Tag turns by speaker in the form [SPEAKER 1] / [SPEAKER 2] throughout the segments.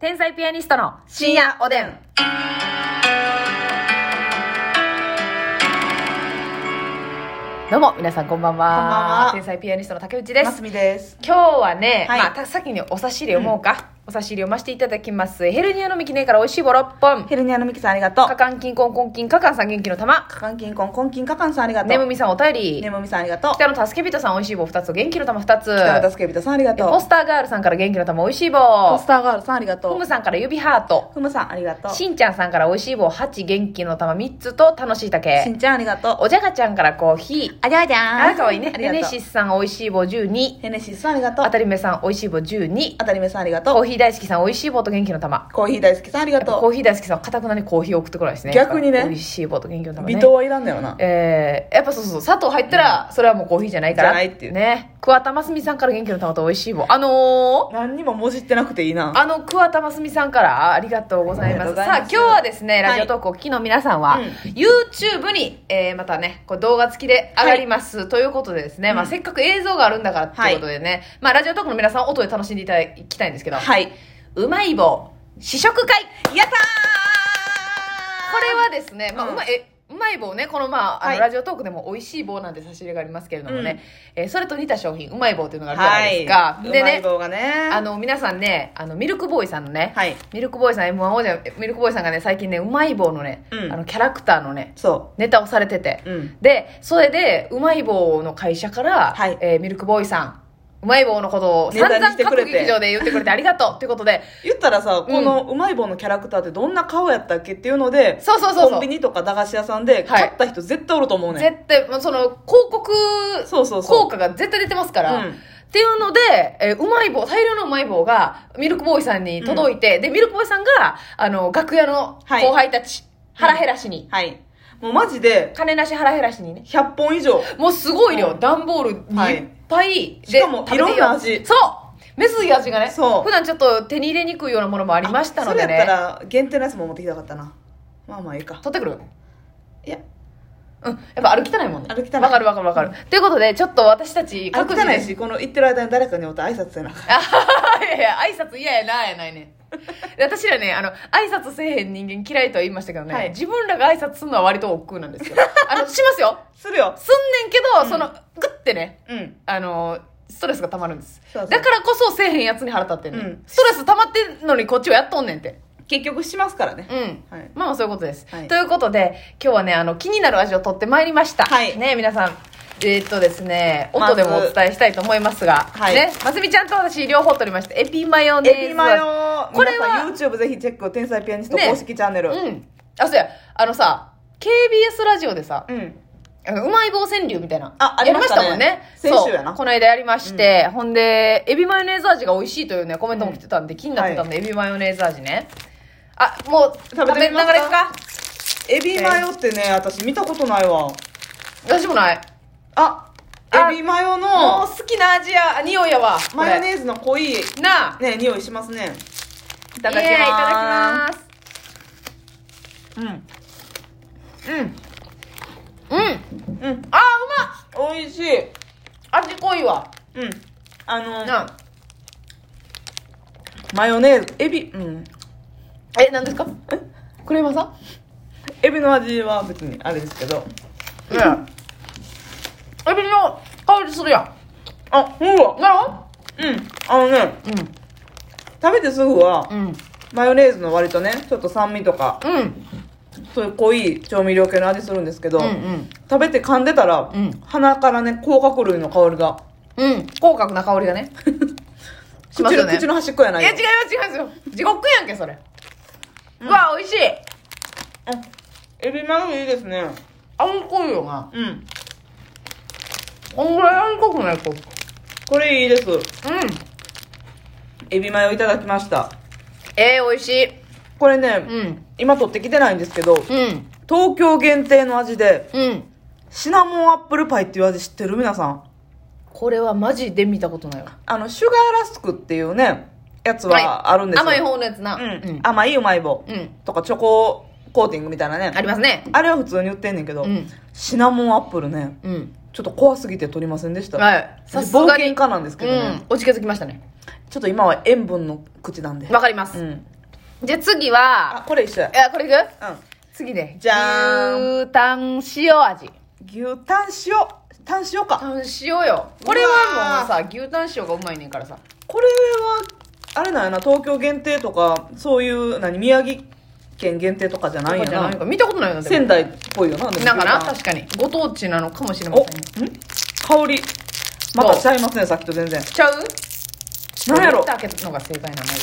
[SPEAKER 1] 天才ピアニストの
[SPEAKER 2] 深夜おでん。
[SPEAKER 1] どうも皆さんこんばんは
[SPEAKER 2] こんばんは
[SPEAKER 1] 天才ピアニストの竹内です、
[SPEAKER 2] みです。
[SPEAKER 1] 今日はね、
[SPEAKER 2] はい
[SPEAKER 1] まあた先にお差し入れ読もうか、お差し入れ読ませていただきますヘルニアのミキネから美味しいボロッポン
[SPEAKER 2] ヘルニアのミキさんありがとう。
[SPEAKER 1] カカンキンコンコンキンカカンさん元気の玉
[SPEAKER 2] カカンキンコンコンキンカカンさんありがとう。
[SPEAKER 1] ねむみさんお便り、
[SPEAKER 2] ねむみさんありがとう。
[SPEAKER 1] 北野助け人さん美味しい棒2つと元気の玉2つ
[SPEAKER 2] 北野助人さんありが
[SPEAKER 1] え
[SPEAKER 2] とう。
[SPEAKER 1] ポスターガールさんから元気の玉美味しい
[SPEAKER 2] ポ
[SPEAKER 1] 棒
[SPEAKER 2] スターガールさんありがと
[SPEAKER 1] ふむ
[SPEAKER 2] う。
[SPEAKER 1] さんから指ハート
[SPEAKER 2] ふむさんありがとう。し
[SPEAKER 1] しんちゃんさんから美味しい棒8元気の玉3つと楽しい竹
[SPEAKER 2] んちゃんありがとう。
[SPEAKER 1] おじゃがちゃんからコーヒー
[SPEAKER 2] ありゃあじゃ
[SPEAKER 1] あらかわいいね
[SPEAKER 2] あり
[SPEAKER 1] レ
[SPEAKER 2] がとう
[SPEAKER 1] ネシスさん美味しい棒12
[SPEAKER 2] ヘネシスさんありがとう
[SPEAKER 1] あ。たりめさん美味しい棒12
[SPEAKER 2] あたりめさんありが
[SPEAKER 1] コ
[SPEAKER 2] と
[SPEAKER 1] ー
[SPEAKER 2] う。
[SPEAKER 1] ヒー大好きさん美味しい棒と元気の玉
[SPEAKER 2] コーヒー大好きさんありが
[SPEAKER 1] コー
[SPEAKER 2] と
[SPEAKER 1] ヒー大好きさんかたくなにコーヒーを送ってこないですね
[SPEAKER 2] 逆にね
[SPEAKER 1] 美味しい棒と元気の
[SPEAKER 2] う。
[SPEAKER 1] 玉ね
[SPEAKER 2] 微糖はいらんのよな。
[SPEAKER 1] えー、やっぱそうそう砂糖入ったらそれはもうコーヒーじゃないから
[SPEAKER 2] じゃないっていう
[SPEAKER 1] ね桑田真澄さんから元気の玉と美味しい棒あのー、
[SPEAKER 2] 何にももじってなくていいな。
[SPEAKER 1] あの桑田真澄さんからありがとうございま
[SPEAKER 2] あ
[SPEAKER 1] す
[SPEAKER 2] りがとうござい
[SPEAKER 1] さあ
[SPEAKER 2] ます
[SPEAKER 1] 今日はですね
[SPEAKER 2] はい
[SPEAKER 1] ラジオトークをお聞きの皆さんは、
[SPEAKER 2] うん
[SPEAKER 1] YouTube に、えーまたねこう動画付きで上がります、ということでですね、まあ、
[SPEAKER 2] うん
[SPEAKER 1] せっかく映像があるんだからということでね、まあ、ラジオトークの皆さん音で楽しんでいただきたいんですけど、
[SPEAKER 2] はい。
[SPEAKER 1] うまい棒試食会
[SPEAKER 2] やったー
[SPEAKER 1] これはですね、まあ
[SPEAKER 2] う
[SPEAKER 1] うんまいえうまい棒ねこの,、まああの
[SPEAKER 2] はい
[SPEAKER 1] ラジオトークでも美味しい棒なんて差し入れがありますけれどもね、えーそれと似た商品うまい棒っていうのがあるじゃな
[SPEAKER 2] はい
[SPEAKER 1] ですか、
[SPEAKER 2] い。
[SPEAKER 1] で
[SPEAKER 2] うまい
[SPEAKER 1] ね
[SPEAKER 2] 棒がね。
[SPEAKER 1] あ、の皆さんねあのミルクボーイさんのね、
[SPEAKER 2] はい。
[SPEAKER 1] ミルクボーイさん m 1王者ミルクボーイさんがね最近ねうまい棒のね、
[SPEAKER 2] うん
[SPEAKER 1] あのキャラクターのね
[SPEAKER 2] そ
[SPEAKER 1] ネタをされてて、
[SPEAKER 2] う。うん。
[SPEAKER 1] でそれでうまい棒の会社から、
[SPEAKER 2] はい
[SPEAKER 1] えーミルクボーイさんうまい棒のことを
[SPEAKER 2] ネ
[SPEAKER 1] 散
[SPEAKER 2] タに
[SPEAKER 1] 々
[SPEAKER 2] してく
[SPEAKER 1] 各
[SPEAKER 2] れて
[SPEAKER 1] 劇場で言ってくれてありがとうということで
[SPEAKER 2] 言ったらさ、
[SPEAKER 1] うん
[SPEAKER 2] このうまい棒のキャラクターってどんな顔やったっけっていうので、
[SPEAKER 1] そうそうそうそ
[SPEAKER 2] コ
[SPEAKER 1] う
[SPEAKER 2] ンビニとか駄菓子屋さんで買った人絶対おると思うねん、
[SPEAKER 1] 絶対もうその広告
[SPEAKER 2] そうそうそう
[SPEAKER 1] 効果が絶対出てますから、
[SPEAKER 2] うん
[SPEAKER 1] っていうので、えーうまい棒大量のうまい棒がミルクボーイさんに届いて、でミルクボーイさんがあの楽屋の
[SPEAKER 2] はい
[SPEAKER 1] 後輩たち、腹減らしに、
[SPEAKER 2] はいもうマジで
[SPEAKER 1] 金なし腹減らしにね
[SPEAKER 2] 100本以上
[SPEAKER 1] もうすごい量、
[SPEAKER 2] うん
[SPEAKER 1] 段ボールにいっぱいで、
[SPEAKER 2] しかも
[SPEAKER 1] 食べてよ
[SPEAKER 2] いろんな味
[SPEAKER 1] そう珍しい味がね
[SPEAKER 2] そう
[SPEAKER 1] 普段ちょっと手に入れにくいようなものもありましたので
[SPEAKER 2] それやった
[SPEAKER 1] ね
[SPEAKER 2] ら限定のやつも持ってきたかったなまあまあいいか
[SPEAKER 1] 取ってくる
[SPEAKER 2] いや
[SPEAKER 1] うんやっぱ歩きたないもんね
[SPEAKER 2] 歩きたな
[SPEAKER 1] わ
[SPEAKER 2] い
[SPEAKER 1] かるわかるわかるということでちょっと私たち
[SPEAKER 2] 飽
[SPEAKER 1] 各
[SPEAKER 2] き
[SPEAKER 1] 自
[SPEAKER 2] たない
[SPEAKER 1] で
[SPEAKER 2] しこの行ってる間に誰かにおったら挨拶せなあかん
[SPEAKER 1] あは はいやいや挨拶嫌やなやない ね私らねあの挨拶せえへん人間嫌いとは言いましたけどね、
[SPEAKER 2] はい
[SPEAKER 1] 自分らが挨拶するのは割と億劫なんですよあのしますよ
[SPEAKER 2] するよ
[SPEAKER 1] すんねんけど、
[SPEAKER 2] うん
[SPEAKER 1] そのグッてね
[SPEAKER 2] うん
[SPEAKER 1] あのストレスが溜まるんです
[SPEAKER 2] そうそう
[SPEAKER 1] だからこそせえへんやつに腹立ってんね、
[SPEAKER 2] うん
[SPEAKER 1] ストレス溜まってんのにこっちはやっとんねんって
[SPEAKER 2] 結局しますからね
[SPEAKER 1] うん
[SPEAKER 2] はい
[SPEAKER 1] まあまあそういうことです、
[SPEAKER 2] はい
[SPEAKER 1] ということで今日はねあの気になる味を取ってまいりました、
[SPEAKER 2] はい
[SPEAKER 1] ね皆さんえーっとですね
[SPEAKER 2] まず
[SPEAKER 1] 音でもお伝えしたいと思いますが、
[SPEAKER 2] はい
[SPEAKER 1] ねますみちゃんと私両方取りましたエピマヨネーズ
[SPEAKER 2] エピマヨ
[SPEAKER 1] これは
[SPEAKER 2] 皆さん YouTube ぜひチェック天才ピアニスト
[SPEAKER 1] ね
[SPEAKER 2] 公式チャンネ
[SPEAKER 1] う
[SPEAKER 2] ル、
[SPEAKER 1] んあそうやあのさ KBS ラジオでさ
[SPEAKER 2] うん
[SPEAKER 1] あのうまい棒川柳みたいな
[SPEAKER 2] ああ
[SPEAKER 1] やり
[SPEAKER 2] りま
[SPEAKER 1] まし
[SPEAKER 2] したたね
[SPEAKER 1] もんね
[SPEAKER 2] 先週やな
[SPEAKER 1] そうこの間やりまして、ほんでエビマヨネーズ味が美味しいというねコメントも来てたんで、気になってたんで、エビマヨネーズ味ねあもう食
[SPEAKER 2] 食べてみま
[SPEAKER 1] べな
[SPEAKER 2] すか
[SPEAKER 1] がらいくか
[SPEAKER 2] エビマヨってね私見たことないわ
[SPEAKER 1] 私もない
[SPEAKER 2] あ
[SPEAKER 1] あ
[SPEAKER 2] エビマ
[SPEAKER 1] も
[SPEAKER 2] ヨの
[SPEAKER 1] う好きな味やあ匂いやわ
[SPEAKER 2] マヨ
[SPEAKER 1] ー
[SPEAKER 2] ネーズの濃い
[SPEAKER 1] ズなあ
[SPEAKER 2] ね匂いしますねい
[SPEAKER 1] いただきますいただきますうんうん
[SPEAKER 2] すうんうん
[SPEAKER 1] あー
[SPEAKER 2] 美味しいう
[SPEAKER 1] まっ味濃いわ
[SPEAKER 2] うんあの
[SPEAKER 1] なあ
[SPEAKER 2] マヨネーズエビうん
[SPEAKER 1] え何ですかクレーマーさん
[SPEAKER 2] エビの味は別にあれですけど
[SPEAKER 1] ね えエビの香りするやん
[SPEAKER 2] あほら
[SPEAKER 1] なろ
[SPEAKER 2] うんあのね食べてすぐは
[SPEAKER 1] うんうん
[SPEAKER 2] マヨネーズの割とねちょっと酸味とか
[SPEAKER 1] うん
[SPEAKER 2] そういう濃い調味料系の味するんですけど、
[SPEAKER 1] うん
[SPEAKER 2] 食べて噛んでたら、
[SPEAKER 1] うん
[SPEAKER 2] 鼻からね甲殻類の香 りが
[SPEAKER 1] うん口角な香りがねします
[SPEAKER 2] 口
[SPEAKER 1] よ
[SPEAKER 2] の
[SPEAKER 1] ね
[SPEAKER 2] 口の端っこやないい
[SPEAKER 1] や
[SPEAKER 2] よ
[SPEAKER 1] 違います違いますよ地獄やんけそれうわ美味しい
[SPEAKER 2] あエビマヨいいですね
[SPEAKER 1] あんこいよな
[SPEAKER 2] うん
[SPEAKER 1] こんぐらいあんこくないこう
[SPEAKER 2] これいいです
[SPEAKER 1] うん
[SPEAKER 2] エビマヨいただきました
[SPEAKER 1] えー、美味しい
[SPEAKER 2] これね、
[SPEAKER 1] うん
[SPEAKER 2] 今取ってきてないんですけど
[SPEAKER 1] うん
[SPEAKER 2] 東京限定の味で
[SPEAKER 1] うん
[SPEAKER 2] シナモンアップルパイっていう味知ってる皆さん
[SPEAKER 1] これはマジで見たことないわ
[SPEAKER 2] あのシュガーラスクっていうねやつはあるんですよ、
[SPEAKER 1] 甘い方のやつな
[SPEAKER 2] うん、
[SPEAKER 1] うん
[SPEAKER 2] 甘いうまい棒、
[SPEAKER 1] うん
[SPEAKER 2] とかチョココーティングみたいなね
[SPEAKER 1] ありますね
[SPEAKER 2] あれは普通に売ってんねんけど、
[SPEAKER 1] うん
[SPEAKER 2] シナモンアップルね
[SPEAKER 1] うん
[SPEAKER 2] ちょっと怖すぎて取りませんでした。
[SPEAKER 1] はい
[SPEAKER 2] 私
[SPEAKER 1] さすがに
[SPEAKER 2] 冒険家なんですけどね、
[SPEAKER 1] うん。おじけづきましたね。
[SPEAKER 2] ちょっと今は塩分の口なんで。
[SPEAKER 1] わかります。
[SPEAKER 2] うん。
[SPEAKER 1] じゃあ次は、
[SPEAKER 2] あ、これ一緒や
[SPEAKER 1] い。や、これいく
[SPEAKER 2] うん。
[SPEAKER 1] 次ね。
[SPEAKER 2] じゃー
[SPEAKER 1] 牛タン塩味。
[SPEAKER 2] 牛タン塩。タン塩か。
[SPEAKER 1] タン塩よ。これはもうさ、牛タン塩がうまいねんからさ。
[SPEAKER 2] これは、あれなんやな、東京限定とか、そういう、何、宮城県限定とかじゃない
[SPEAKER 1] こ
[SPEAKER 2] んや
[SPEAKER 1] れじゃ
[SPEAKER 2] な
[SPEAKER 1] ない。か見たことないよな。でも
[SPEAKER 2] 仙台っぽいよな、でも
[SPEAKER 1] なんかな
[SPEAKER 2] 牛タン
[SPEAKER 1] 確かに。ご当地なのかもしれま
[SPEAKER 2] お、ん
[SPEAKER 1] せん。
[SPEAKER 2] 香り。またちゃいますね、さっきと全然。
[SPEAKER 1] ちゃう
[SPEAKER 2] なんやろ
[SPEAKER 1] 開けたのが正解なのよ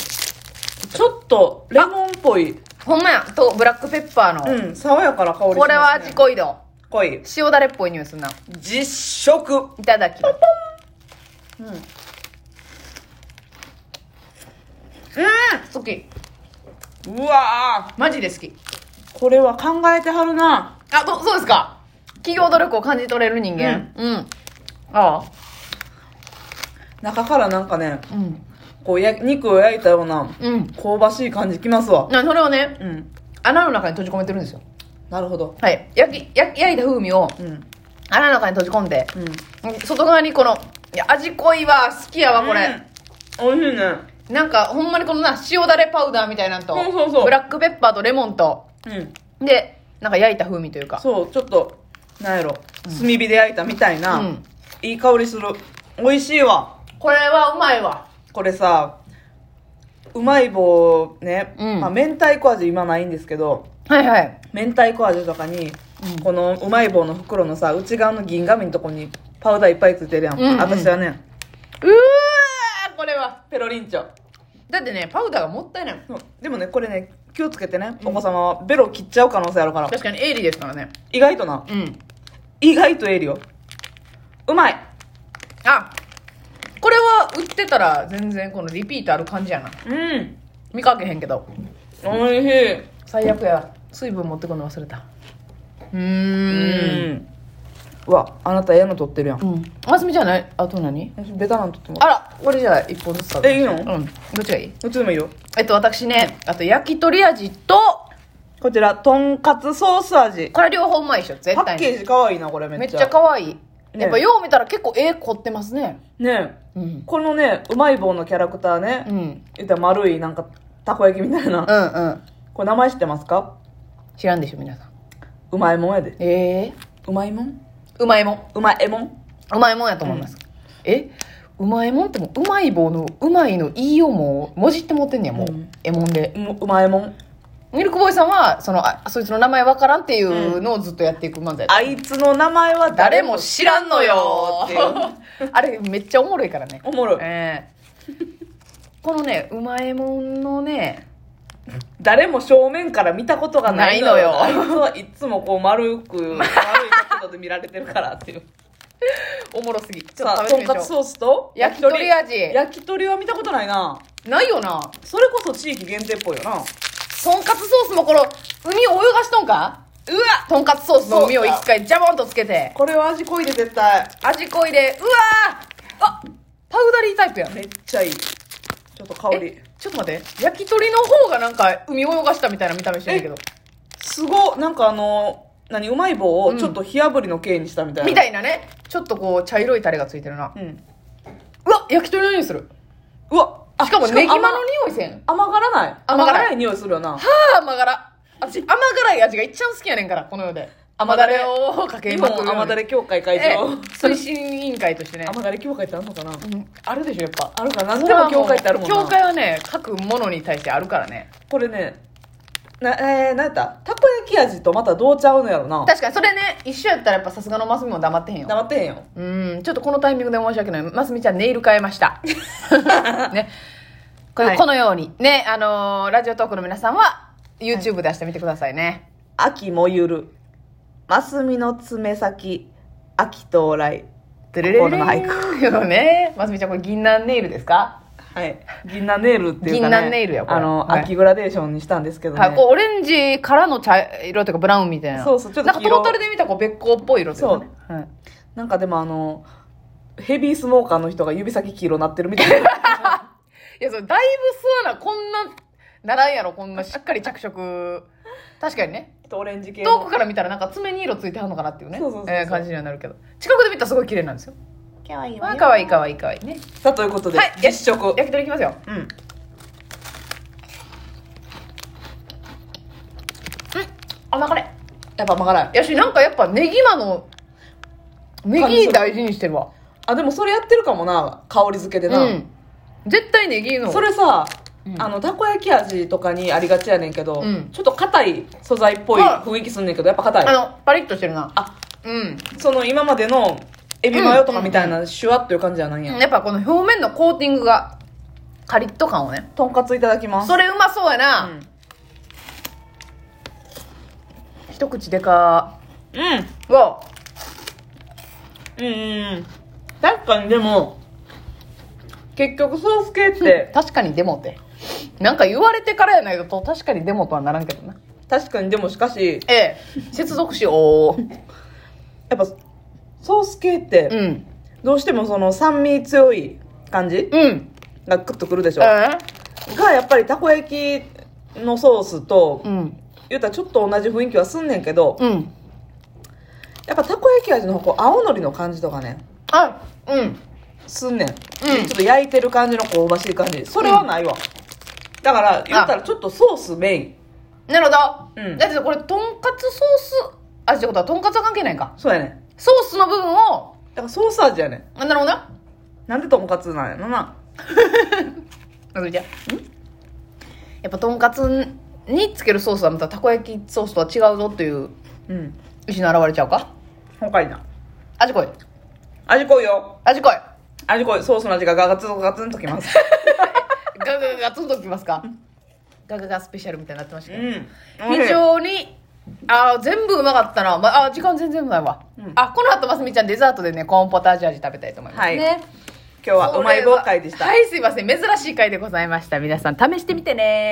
[SPEAKER 2] ちょっと、レモンっぽい。
[SPEAKER 1] ほんまや。と、ブラックペッパーの。
[SPEAKER 2] うん、爽やかな香りしますね、
[SPEAKER 1] これは味濃いど。
[SPEAKER 2] 濃い。
[SPEAKER 1] 塩だれっぽい匂いすんな。
[SPEAKER 2] 実食。
[SPEAKER 1] いただきます。
[SPEAKER 2] う
[SPEAKER 1] 好き。
[SPEAKER 2] んうわ
[SPEAKER 1] マジで好き。
[SPEAKER 2] ーこれは考えてはるな。
[SPEAKER 1] あ、どそうですか企業努力を感じ取れる人間。うん。ああ。
[SPEAKER 2] 中からなんかね、
[SPEAKER 1] うん。
[SPEAKER 2] こうや、肉を焼いたような、
[SPEAKER 1] うん。
[SPEAKER 2] 香ばしい感じきますわ。
[SPEAKER 1] なそれをね、
[SPEAKER 2] うん。
[SPEAKER 1] 穴の中に閉じ込めてるんですよ。
[SPEAKER 2] なるほど。
[SPEAKER 1] はい。焼き、焼き焼いた風味を
[SPEAKER 2] うん。うん。
[SPEAKER 1] 穴の中に閉じ込んで、外側にこの、いや、味濃いわ、好きやわ、これ。
[SPEAKER 2] うん。美味しいね。
[SPEAKER 1] なんか、ほんまにこのな、塩だれパウダーみたいなんと、
[SPEAKER 2] そうそうそう
[SPEAKER 1] ブラックペッパーとレモンと、
[SPEAKER 2] うん。
[SPEAKER 1] で、なんか焼いた風味というか。
[SPEAKER 2] そう、ちょっと、なんやろ、炭火で焼いたみたいな、
[SPEAKER 1] うん
[SPEAKER 2] いい香りする。美味しいわ。
[SPEAKER 1] これはうまいわ。
[SPEAKER 2] これさ、うまい棒ね、
[SPEAKER 1] うん
[SPEAKER 2] まあ、明太子味今ないんですけど、
[SPEAKER 1] はいはい。
[SPEAKER 2] 明太子味とかに、
[SPEAKER 1] うん
[SPEAKER 2] このうまい棒の袋のさ、内側の銀紙のとこにパウダーいっぱいついてるやん。
[SPEAKER 1] うんうん
[SPEAKER 2] 私はね、
[SPEAKER 1] うわーこれは。
[SPEAKER 2] ペロリンチョ。
[SPEAKER 1] だってね、パウダーがもったいないもん。
[SPEAKER 2] そうでもね、これね、気をつけてね、お子様はベロ切っちゃう可能性あるから。
[SPEAKER 1] 確かに鋭利ですからね。
[SPEAKER 2] 意外とな。
[SPEAKER 1] うん。
[SPEAKER 2] 意外とええりよ。うまい
[SPEAKER 1] あこれは売ってたら全然このリピートある感じやな
[SPEAKER 2] うん
[SPEAKER 1] 見かけへんけど
[SPEAKER 2] おいしい
[SPEAKER 1] 最悪や水分持ってくの忘れたう
[SPEAKER 2] う
[SPEAKER 1] ーん
[SPEAKER 2] ん。うわ、あなたええの撮ってるやん。
[SPEAKER 1] うんあすみちゃんないあと何
[SPEAKER 2] 私ベタなん撮ってもら
[SPEAKER 1] あらこれじゃあ1本ずつ食べ
[SPEAKER 2] え、いいの
[SPEAKER 1] るうんどっちがいい
[SPEAKER 2] どっちでもいいよ。
[SPEAKER 1] えっと私ねあと焼き鳥味と
[SPEAKER 2] こちら、とんかつソース味。
[SPEAKER 1] これ両方うまいでしょ絶
[SPEAKER 2] パ
[SPEAKER 1] 対
[SPEAKER 2] ッ
[SPEAKER 1] に
[SPEAKER 2] ケージかわいいな、これめ
[SPEAKER 1] め
[SPEAKER 2] っ
[SPEAKER 1] っ
[SPEAKER 2] ち
[SPEAKER 1] ち
[SPEAKER 2] ゃ。
[SPEAKER 1] ゃ可愛い
[SPEAKER 2] ね
[SPEAKER 1] やっぱよう見たら結構絵凝ってますね
[SPEAKER 2] ねえ
[SPEAKER 1] うん
[SPEAKER 2] このね、うまい棒のキャラクターね、
[SPEAKER 1] うんうん
[SPEAKER 2] 言ったら丸い、なんか、たこ焼きみたいな。
[SPEAKER 1] うん
[SPEAKER 2] これ名前知ってますか
[SPEAKER 1] 知らんでしょ皆さん
[SPEAKER 2] うまいもんやで。
[SPEAKER 1] ええ
[SPEAKER 2] うまいもん
[SPEAKER 1] うまいもん
[SPEAKER 2] うまいもん
[SPEAKER 1] うまいもんやと思います、えうまいもんってもううまい棒のうまいのいいをもうもじって持ってんねやもう、
[SPEAKER 2] うん
[SPEAKER 1] えもんで
[SPEAKER 2] ううまいもん。
[SPEAKER 1] ミルクボーイさんはそのあそいつの名前わからんっていうのをずっとやっていく漫才、
[SPEAKER 2] あいつの名前は
[SPEAKER 1] 誰も知らんのよ
[SPEAKER 2] 誰も知らんのよっ
[SPEAKER 1] って
[SPEAKER 2] ていう。
[SPEAKER 1] いう あれめっちゃおもろいからね
[SPEAKER 2] おもろい。
[SPEAKER 1] えーこのねうまいもんのね
[SPEAKER 2] 誰も正面から見たことがないのよ。
[SPEAKER 1] な
[SPEAKER 2] あ
[SPEAKER 1] い
[SPEAKER 2] いつはいつもこう 丸く、丸い角度で見られてるからっていう。
[SPEAKER 1] おもろすぎちょっと
[SPEAKER 2] さあ、
[SPEAKER 1] 食
[SPEAKER 2] と
[SPEAKER 1] べてみ
[SPEAKER 2] んか
[SPEAKER 1] ま
[SPEAKER 2] つ
[SPEAKER 1] しょ
[SPEAKER 2] ソースと
[SPEAKER 1] う焼き鳥味
[SPEAKER 2] 焼き鳥は見たことないな。
[SPEAKER 1] ないよな
[SPEAKER 2] それこそ地域限定っぽいよな。
[SPEAKER 1] とんかつソースもこの海を泳がしとんかうわとんかつソースの海を一回ジャボンとつけて
[SPEAKER 2] これは味濃いで絶対。
[SPEAKER 1] 味濃いでうわーあパウダリータイプやん
[SPEAKER 2] めっちゃいい。ちょっと香り
[SPEAKER 1] え。ちょっと待って焼き鳥の方がなんか海泳がしたみたいな見た目してるけど
[SPEAKER 2] すごっなんかあの何うまい棒をちょっと火炙りの刑にしたみたいな、
[SPEAKER 1] みたいなねちょっとこう茶色いタレがついてるな
[SPEAKER 2] うん
[SPEAKER 1] うわ焼き鳥の匂いする
[SPEAKER 2] うわあ
[SPEAKER 1] しかもネギマの
[SPEAKER 2] 甘
[SPEAKER 1] 匂いせん
[SPEAKER 2] 甘がらない
[SPEAKER 1] 甘が
[SPEAKER 2] 甘が
[SPEAKER 1] らな
[SPEAKER 2] ら
[SPEAKER 1] い
[SPEAKER 2] ない匂いするよな
[SPEAKER 1] はあ甘辛私甘辛い味がいっちゃん好きやねんからこの世で甘だれをかけ
[SPEAKER 2] 日
[SPEAKER 1] まくるよう
[SPEAKER 2] 本
[SPEAKER 1] に
[SPEAKER 2] 甘だれ協会会
[SPEAKER 1] ええ
[SPEAKER 2] 長
[SPEAKER 1] 推進委員会と してね、
[SPEAKER 2] 甘だれ協会ってあるのかな
[SPEAKER 1] うんあるでしょやっぱ
[SPEAKER 2] あるかな何でも協会ってあるもんな
[SPEAKER 1] 教会はね各ものに対してあるからね
[SPEAKER 2] これねなえー、何やったたこ焼き味とまたどうちゃうのやろな
[SPEAKER 1] 確かにそれね一緒やったらやっぱさすがのマスミも黙ってへんよ
[SPEAKER 2] 黙ってへんよ
[SPEAKER 1] うーんちょっとこのタイミングで申し訳ないますみちゃんネイル変えました ねこれ、
[SPEAKER 2] はい
[SPEAKER 1] このようにねあのーラジオトークの皆さんは YouTube で出してみてくださいね、
[SPEAKER 2] 秋もゆるますみの爪先秋到来
[SPEAKER 1] ドゥルルルル
[SPEAKER 2] 心の俳句
[SPEAKER 1] よねますみちゃんこれ銀杏ネイルですか、
[SPEAKER 2] はい銀杏ネイルっていう
[SPEAKER 1] 銀
[SPEAKER 2] か、ね、
[SPEAKER 1] 杏ネイルやこれ
[SPEAKER 2] あの、
[SPEAKER 1] はい
[SPEAKER 2] 秋グラデーションにしたんですけどね、
[SPEAKER 1] はいこうオレンジからの茶色というかブラウンみたいな
[SPEAKER 2] そうそうちょっと
[SPEAKER 1] なん
[SPEAKER 2] 黄
[SPEAKER 1] か
[SPEAKER 2] 色
[SPEAKER 1] トータルで見たこうべっこうっぽい色というかねはい
[SPEAKER 2] なんかでもあの、ヘビースモーカーの人が指先黄色なってるみ たいな。
[SPEAKER 1] いやそれだいぶ吸わなこんなならんやろこんなしっかり着色確かにね
[SPEAKER 2] とオレンジ系の
[SPEAKER 1] 遠くから見たらなんか爪に色ついてはんのかなっていうね
[SPEAKER 2] そうそうそうそう
[SPEAKER 1] えー感じにはなるけど近くで見たらすごい綺麗なんですよ
[SPEAKER 2] かわい
[SPEAKER 1] まあ可愛い可愛い可愛いね
[SPEAKER 2] さあということで、
[SPEAKER 1] はい
[SPEAKER 2] 実食
[SPEAKER 1] 焼き鳥いきますよ
[SPEAKER 2] うん
[SPEAKER 1] 甘辛い
[SPEAKER 2] やっぱ甘辛い
[SPEAKER 1] やしなんかやっぱネギマのネギ大事にしてるわ
[SPEAKER 2] あでもそれやってるかもな香り付けで
[SPEAKER 1] う
[SPEAKER 2] な、
[SPEAKER 1] ん絶対ネギの
[SPEAKER 2] それさ、
[SPEAKER 1] うん
[SPEAKER 2] あのたこ焼き味とかにありがちやねんけど、
[SPEAKER 1] うん
[SPEAKER 2] ちょっと硬い素材っぽい雰囲気すんねんけどやっぱ硬
[SPEAKER 1] あ
[SPEAKER 2] い
[SPEAKER 1] のパリッとしてるな
[SPEAKER 2] あ
[SPEAKER 1] うん
[SPEAKER 2] その今までのエビマヨとかみたいなシュワッという感じはなんや、
[SPEAKER 1] やっぱこの表面のコーティングがカリッと感をね
[SPEAKER 2] とんかついただきます
[SPEAKER 1] それうまそうやな、
[SPEAKER 2] うん
[SPEAKER 1] 一口でか
[SPEAKER 2] うん
[SPEAKER 1] うわ
[SPEAKER 2] うん確かにでも結局ソース系って
[SPEAKER 1] 確かにデモってなんか言われてからやないと確かにデモとはならんけどな
[SPEAKER 2] 確かにでもしかし
[SPEAKER 1] ええ 接続しよう
[SPEAKER 2] やっぱソース系って、
[SPEAKER 1] うん
[SPEAKER 2] どうしてもその酸味強い感じ
[SPEAKER 1] うん
[SPEAKER 2] がクッとくるでしょ、
[SPEAKER 1] え
[SPEAKER 2] がやっぱりたこ焼きのソースと、
[SPEAKER 1] えうん
[SPEAKER 2] 言うたらちょっと同じ雰囲気はすんねんけど、
[SPEAKER 1] うん
[SPEAKER 2] やっぱたこ焼き味のこう青のりの感じとかね
[SPEAKER 1] あうん
[SPEAKER 2] すんねん、ちょっと焼いてる感じの香ばしい感じそれはないわ、だから言ったらちょっとソースメイン
[SPEAKER 1] なるほど、
[SPEAKER 2] うん
[SPEAKER 1] だってこれとんかつソース味ってことはとんかつは関係ないか
[SPEAKER 2] そうやねん
[SPEAKER 1] ソースの部分を
[SPEAKER 2] だからソース味やねん
[SPEAKER 1] あなるほどな
[SPEAKER 2] なんでとんかつなんやろな
[SPEAKER 1] なやっぱとんかつにつけるソースはまたたこ焼きソースとは違うぞという
[SPEAKER 2] うん
[SPEAKER 1] 意思の表れちゃうか
[SPEAKER 2] 今回な
[SPEAKER 1] 味濃い
[SPEAKER 2] 味濃いよ
[SPEAKER 1] 味濃い
[SPEAKER 2] 味濃いソースの味がガガツンガツンとき ます
[SPEAKER 1] ガガガガツンときますかガガガスペシャルみたいになってました
[SPEAKER 2] う
[SPEAKER 1] けど、
[SPEAKER 2] ん
[SPEAKER 1] 非常にあー全部うまかったな、まああー時間全然ないわ、
[SPEAKER 2] うん
[SPEAKER 1] あこの後ますみちゃんデザートでねコーンポタージュ味食べたいと思いますね、
[SPEAKER 2] はい今日はうまい棒会でした
[SPEAKER 1] はいすいません珍しい回でございました皆さん試してみてね